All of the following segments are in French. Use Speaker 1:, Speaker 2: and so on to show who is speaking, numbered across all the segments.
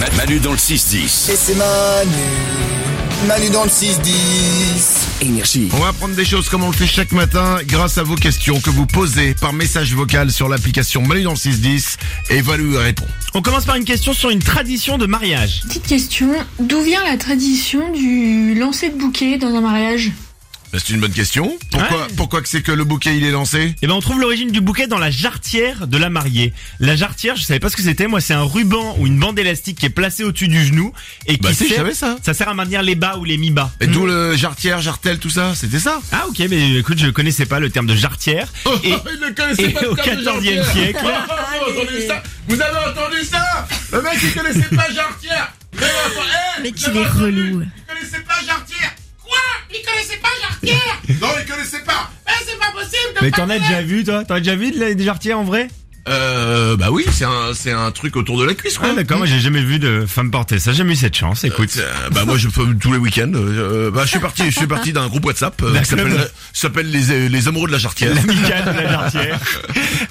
Speaker 1: Ma- Manu dans le 6-10.
Speaker 2: Et c'est Manu, Manu dans le 6-10.
Speaker 1: Énergie.
Speaker 3: On va apprendre des choses comme on le fait chaque matin grâce à vos questions que vous posez par message vocal sur l'application Manu dans le 610 et Valou y répond.
Speaker 4: On commence par une question sur une tradition de mariage.
Speaker 5: Petite question, d'où vient la tradition du lancer de bouquet dans un mariage
Speaker 3: Bah, C'est une bonne question. Pourquoi,
Speaker 4: Ouais.
Speaker 3: pourquoi que c'est que le bouquet il est lancé
Speaker 4: Eh ben, on trouve l'origine du bouquet dans la jarretière de la mariée. La jarretière, je savais pas ce que c'était. Moi, c'est un ruban ou une bande élastique qui est placée au-dessus du genou et
Speaker 3: Bah
Speaker 4: qui
Speaker 3: si, je
Speaker 4: sert,
Speaker 3: savais ça.
Speaker 4: ça sert à maintenir les bas ou les mi-bas.
Speaker 3: Et d'où le jarretière, jartel, tout ça, c'était ça
Speaker 4: Ah, ok, mais écoute, je connaissais pas le terme de jarretière. Et,
Speaker 3: Il ne connaissait
Speaker 4: et
Speaker 3: Oh, pas le
Speaker 4: au
Speaker 3: terme de jarretière.
Speaker 4: 14e siècle.
Speaker 3: Ah, vous avez entendu ça Vous avez entendu ça Le mec il connaissait pas jarretière. Mais, attends, eh,
Speaker 6: Mec,
Speaker 3: vous
Speaker 6: il
Speaker 3: avez
Speaker 6: est
Speaker 3: entendu Il
Speaker 6: relou.
Speaker 3: connaissait pas jarretière. Quoi Il connaissait pas jarretière Non, il connaissait pas. Mais c'est pas possible. de
Speaker 4: Mais
Speaker 3: pas
Speaker 4: t'en as
Speaker 3: connaître.
Speaker 4: déjà vu, toi T'en as déjà vu de la- des jarretières en vrai
Speaker 3: Euh, bah oui, c'est un, c'est un truc autour de la cuisse, quoi.
Speaker 4: Ah, d'accord, moi j'ai jamais vu de femme porter ça. J'ai jamais eu cette chance, écoute.
Speaker 3: Euh, bah moi je fais tous les week-ends. euh, bah je suis parti, je suis parti d'un groupe WhatsApp euh,
Speaker 4: D'un
Speaker 3: qui s'appelle
Speaker 4: club.
Speaker 3: qui s'appelle les euh, les amoureux de la chartière.
Speaker 4: L'amicale de la jarretière.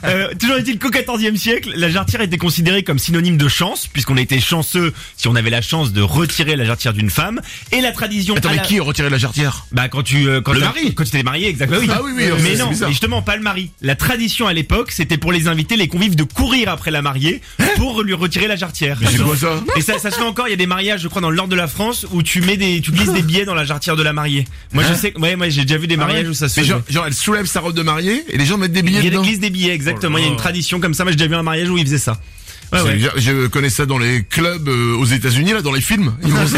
Speaker 4: Euh, toujours est-il qu'au XIVe siècle, la jarretière était considérée comme synonyme de chance, puisqu'on était chanceux si on avait la chance de retirer la jarretière d'une femme. Et la tradition.
Speaker 3: Attends
Speaker 4: à
Speaker 3: mais
Speaker 4: la-
Speaker 3: qui a retiré la chartière
Speaker 4: Bah quand tu euh, quand
Speaker 3: Le
Speaker 4: t'as-
Speaker 3: mari.
Speaker 4: quand tu t'es marié exactement.
Speaker 3: Ah oui, oui, euh,
Speaker 4: mais
Speaker 3: c'est
Speaker 4: non,
Speaker 3: bizarre.
Speaker 4: mais justement pas le mari. La tradition à l'époque, c'était pour les invités, les convives de courir après la mariée pour lui retirer la jarretière.
Speaker 3: C'est quoi ça
Speaker 4: Et ça, ça se fait encore. Il y a des mariages, je crois, dans le nord de la France où tu mets des, tu glisses des billets dans la jarretière de la mariée. Moi, je sais, que- ouais, moi, j'ai déjà vu des mariages où ça se
Speaker 3: Hein Mais
Speaker 4: fait.
Speaker 3: genre, genre, elle soulève sa robe de mariée et les gens mettent des billets
Speaker 4: Il y a des
Speaker 3: dedans.
Speaker 4: glisses des billets, exactement. Il y a une tradition comme ça. Moi, j'ai déjà vu un mariage où ils faisaient ça. Oh Ouais,
Speaker 3: C'est
Speaker 4: ouais.
Speaker 3: bizarre, Je connais ça dans les clubs euh, aux États-Unis là, dans les films. Ils font ça.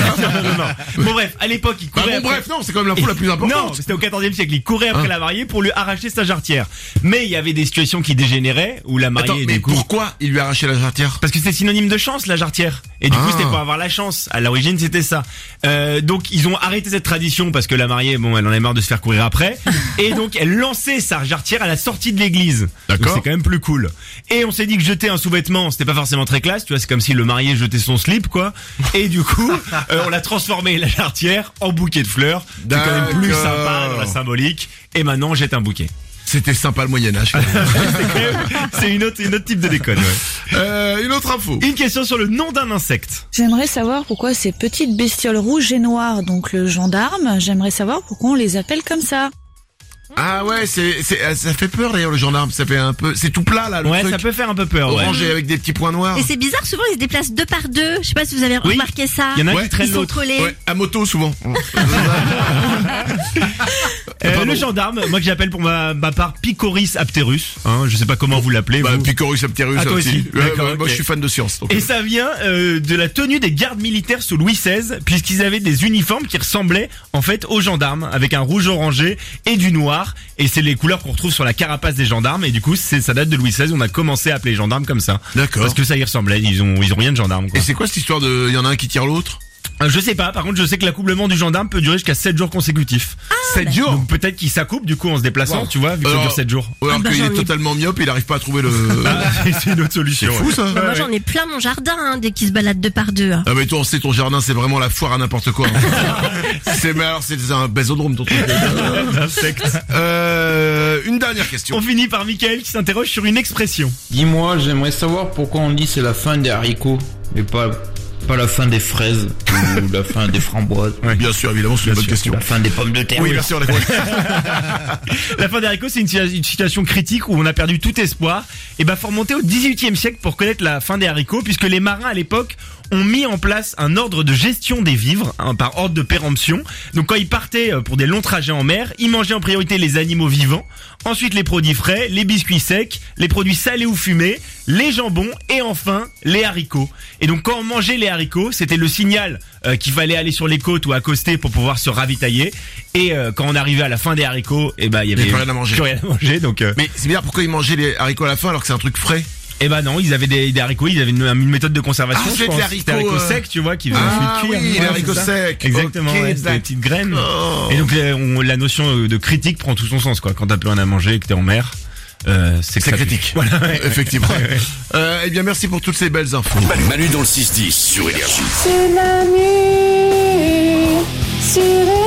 Speaker 4: Bon, bref, à l'époque, ils
Speaker 3: Bah
Speaker 4: couraient.
Speaker 3: bon
Speaker 4: après-
Speaker 3: bref, non, c'est quand même l'info la plus
Speaker 4: Non,
Speaker 3: importante.
Speaker 4: c'était au 14e siècle. Il courait après
Speaker 3: Hein.
Speaker 4: la mariée pour lui arracher sa jarretière. Mais il y avait des situations qui dégénéraient où la mariée,
Speaker 3: Attends, mais
Speaker 4: du coup,
Speaker 3: pourquoi il lui a arraché la chartière
Speaker 4: Parce que c'est synonyme de chance la jarretière. Et du
Speaker 3: Ah.
Speaker 4: coup c'était pour avoir la chance. À l'origine c'était ça. Euh, donc ils ont arrêté cette tradition parce que la mariée, bon, elle en est marre de se faire courir après. et donc elle lançait sa jarretière à la sortie de l'église.
Speaker 3: D'accord.
Speaker 4: Donc, C'est quand même plus cool. Et on s'est dit que jeter un sous-vêtement, c'était pas forcément très classe. Tu vois, c'est comme si le marié jetait son slip quoi. Et du coup euh, on l'a transformé la jarretière en bouquet de fleurs. C'est quand même plus
Speaker 3: D'accord.
Speaker 4: sympa dans la symbolique. Et maintenant on jette un bouquet.
Speaker 3: C'était sympa le Moyen Âge. quand même.
Speaker 4: C'est quand même- c'est une autre, une autre type de déconne. ouais.
Speaker 3: Euh, une autre info.
Speaker 4: Une question sur le nom d'un insecte.
Speaker 6: J'aimerais savoir pourquoi ces petites bestioles rouges et noires, donc le gendarme, j'aimerais savoir pourquoi on les appelle comme ça.
Speaker 3: Ah ouais, c'est c'est euh, ça fait peur d'ailleurs le gendarme, ça fait un peu c'est tout plat là le
Speaker 4: Ouais,
Speaker 3: truc
Speaker 4: ça peut faire un peu peur. ouais.
Speaker 3: orangé avec des petits points noirs.
Speaker 7: Et c'est bizarre, souvent ils se déplacent deux par deux. Je sais pas si vous avez
Speaker 4: Oui.
Speaker 7: remarqué ça.
Speaker 4: Il y en a
Speaker 3: Ouais.
Speaker 4: qui
Speaker 7: Ils
Speaker 4: traînent
Speaker 7: sont
Speaker 4: l'autre.
Speaker 7: collés.
Speaker 3: Ouais, à moto souvent.
Speaker 4: Euh,
Speaker 3: Pardon.
Speaker 4: le gendarme, moi que j'appelle pour ma, ma part Picoris apterus. Hein, je sais pas comment vous l'appelez.
Speaker 3: bah
Speaker 4: vous.
Speaker 3: Picorus apterus
Speaker 4: Ah, toi aussi.
Speaker 3: Ouais,
Speaker 4: D'accord,
Speaker 3: ouais, Moi
Speaker 4: ok.
Speaker 3: je suis fan de science. donc.
Speaker 4: Et ça vient euh, de la tenue des gardes militaires sous Louis XVI, puisqu'ils avaient des uniformes qui ressemblaient en fait aux gendarmes, avec un rouge orangé et du noir. Et c'est les couleurs qu'on retrouve sur la carapace des gendarmes. Et du coup, c'est ça date de Louis XVI. On a commencé à appeler les gendarmes comme ça.
Speaker 3: D'accord.
Speaker 4: Parce que ça y ressemblait. Ils ont, ils ont rien de gendarme. Quoi.
Speaker 3: Et c'est quoi cette histoire de il y en a un qui tire l'autre
Speaker 4: Euh, Je sais pas. Par contre, je sais que l'accouplement du gendarme peut durer jusqu'à 7 jours consécutifs.
Speaker 3: 7 jours.
Speaker 4: Donc peut-être qu'ils s'accouplent du coup en se déplaçant.
Speaker 3: Wow.
Speaker 4: Tu vois, vu que ça
Speaker 3: Alors-
Speaker 4: dure 7 jours.
Speaker 3: Ou alors
Speaker 6: bah,
Speaker 3: qu'il
Speaker 6: j'en
Speaker 3: est
Speaker 6: ai-
Speaker 3: totalement myope, et il arrive pas à trouver le
Speaker 4: Euh, c'est une autre
Speaker 3: C'est
Speaker 4: solution.
Speaker 3: fou ça.
Speaker 7: Bah, moi
Speaker 4: Ouais,
Speaker 7: j'en ai plein mon jardin hein, dès qu'ils se baladent deux par deux. hein.
Speaker 3: Ah mais toi on sait ton jardin c'est vraiment la foire à n'importe quoi. hein. c'est mais alors c'est un bésodrome ton truc. Euh, une dernière question.
Speaker 4: On finit par Michael qui s'interroge sur une expression.
Speaker 8: Dis-moi, j'aimerais savoir pourquoi on dit c'est la fin des haricots et pas pas la fin des fraises ou la fin des framboises.
Speaker 3: Bien sûr évidemment c'est une bonne question.
Speaker 8: La fin des pommes de terre.
Speaker 3: Oui bien sûr. la-
Speaker 4: La fin des haricots, c'est une, si- une situation critique où on a perdu tout espoir. Et bah, faut remonter au 18e siècle pour connaître la fin des haricots, puisque les marins à l'époque ont mis en place un ordre de gestion des vivres, hein, par ordre de péremption. Donc quand ils partaient euh, pour des longs trajets en mer, ils mangeaient en priorité les animaux vivants, ensuite les produits frais, les biscuits secs, les produits salés ou fumés, les jambons et enfin les haricots. Et donc quand on mangeait les haricots, c'était le signal euh, qu'il fallait aller sur les côtes ou accoster pour pouvoir se ravitailler. Et euh, quand on arrivait à la fin des haricots, et ben il y avait
Speaker 3: plus rien à manger.
Speaker 4: plus rien à manger. Donc euh,
Speaker 3: Mais c'est bizarre pourquoi ils mangeaient les haricots à la fin alors que c'est un truc frais.
Speaker 4: eh ben non, ils avaient des, des haricots, ils avaient une, une méthode de conservation.
Speaker 3: Ah,
Speaker 4: je
Speaker 3: c'est
Speaker 4: pense.
Speaker 3: des haricots,
Speaker 4: C'était haricots
Speaker 3: euh,
Speaker 4: secs, tu vois, qui faisaient
Speaker 3: Ah
Speaker 4: cuire.
Speaker 3: oui,
Speaker 4: Ouais,
Speaker 3: les haricots
Speaker 4: c'est ça.
Speaker 3: secs.
Speaker 4: Exactement,
Speaker 3: Ok, Oh.
Speaker 4: ouais, c'était des
Speaker 3: d'accord.
Speaker 4: petites graines. Et donc euh, on- la notion de critique prend tout son sens quoi. Quand t'as plus rien à manger et que t'es en mer, euh, c'est que
Speaker 3: C'est
Speaker 4: ça pue.
Speaker 3: critique.
Speaker 4: Voilà. ouais.
Speaker 3: Effectivement. Euh, eh bien, merci pour toutes ces belles infos.
Speaker 1: Manu dans le 6-10 sur Énergie.
Speaker 9: C'est Manu sur